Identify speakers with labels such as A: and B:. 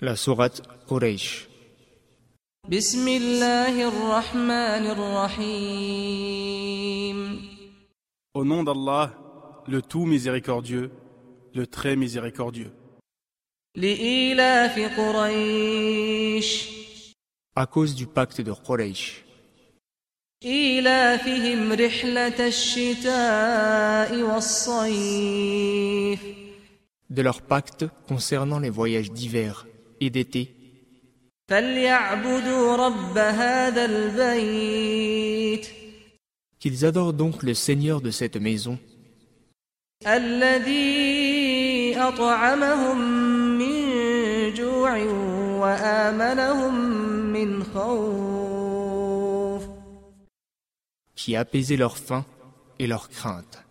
A: La sourate Quraysh.
B: بسم الله الرحمن الرحيم
C: Au nom d'Allah, le tout miséricordieux, le très miséricordieux.
B: لإيلاف قريش
A: À cause du pacte de Quraysh.
B: إيلافهم رحلة الشتاء والصيف
A: De leur pacte concernant les voyages d'hiver et d'été.
B: فليعبدوا رب هذا البيت
A: Qu'ils adorent donc le Seigneur de cette maison,
B: الذي أطعمهم من جوع وآمنهم من خوف
A: qui a apaisé leur faim et leur crainte.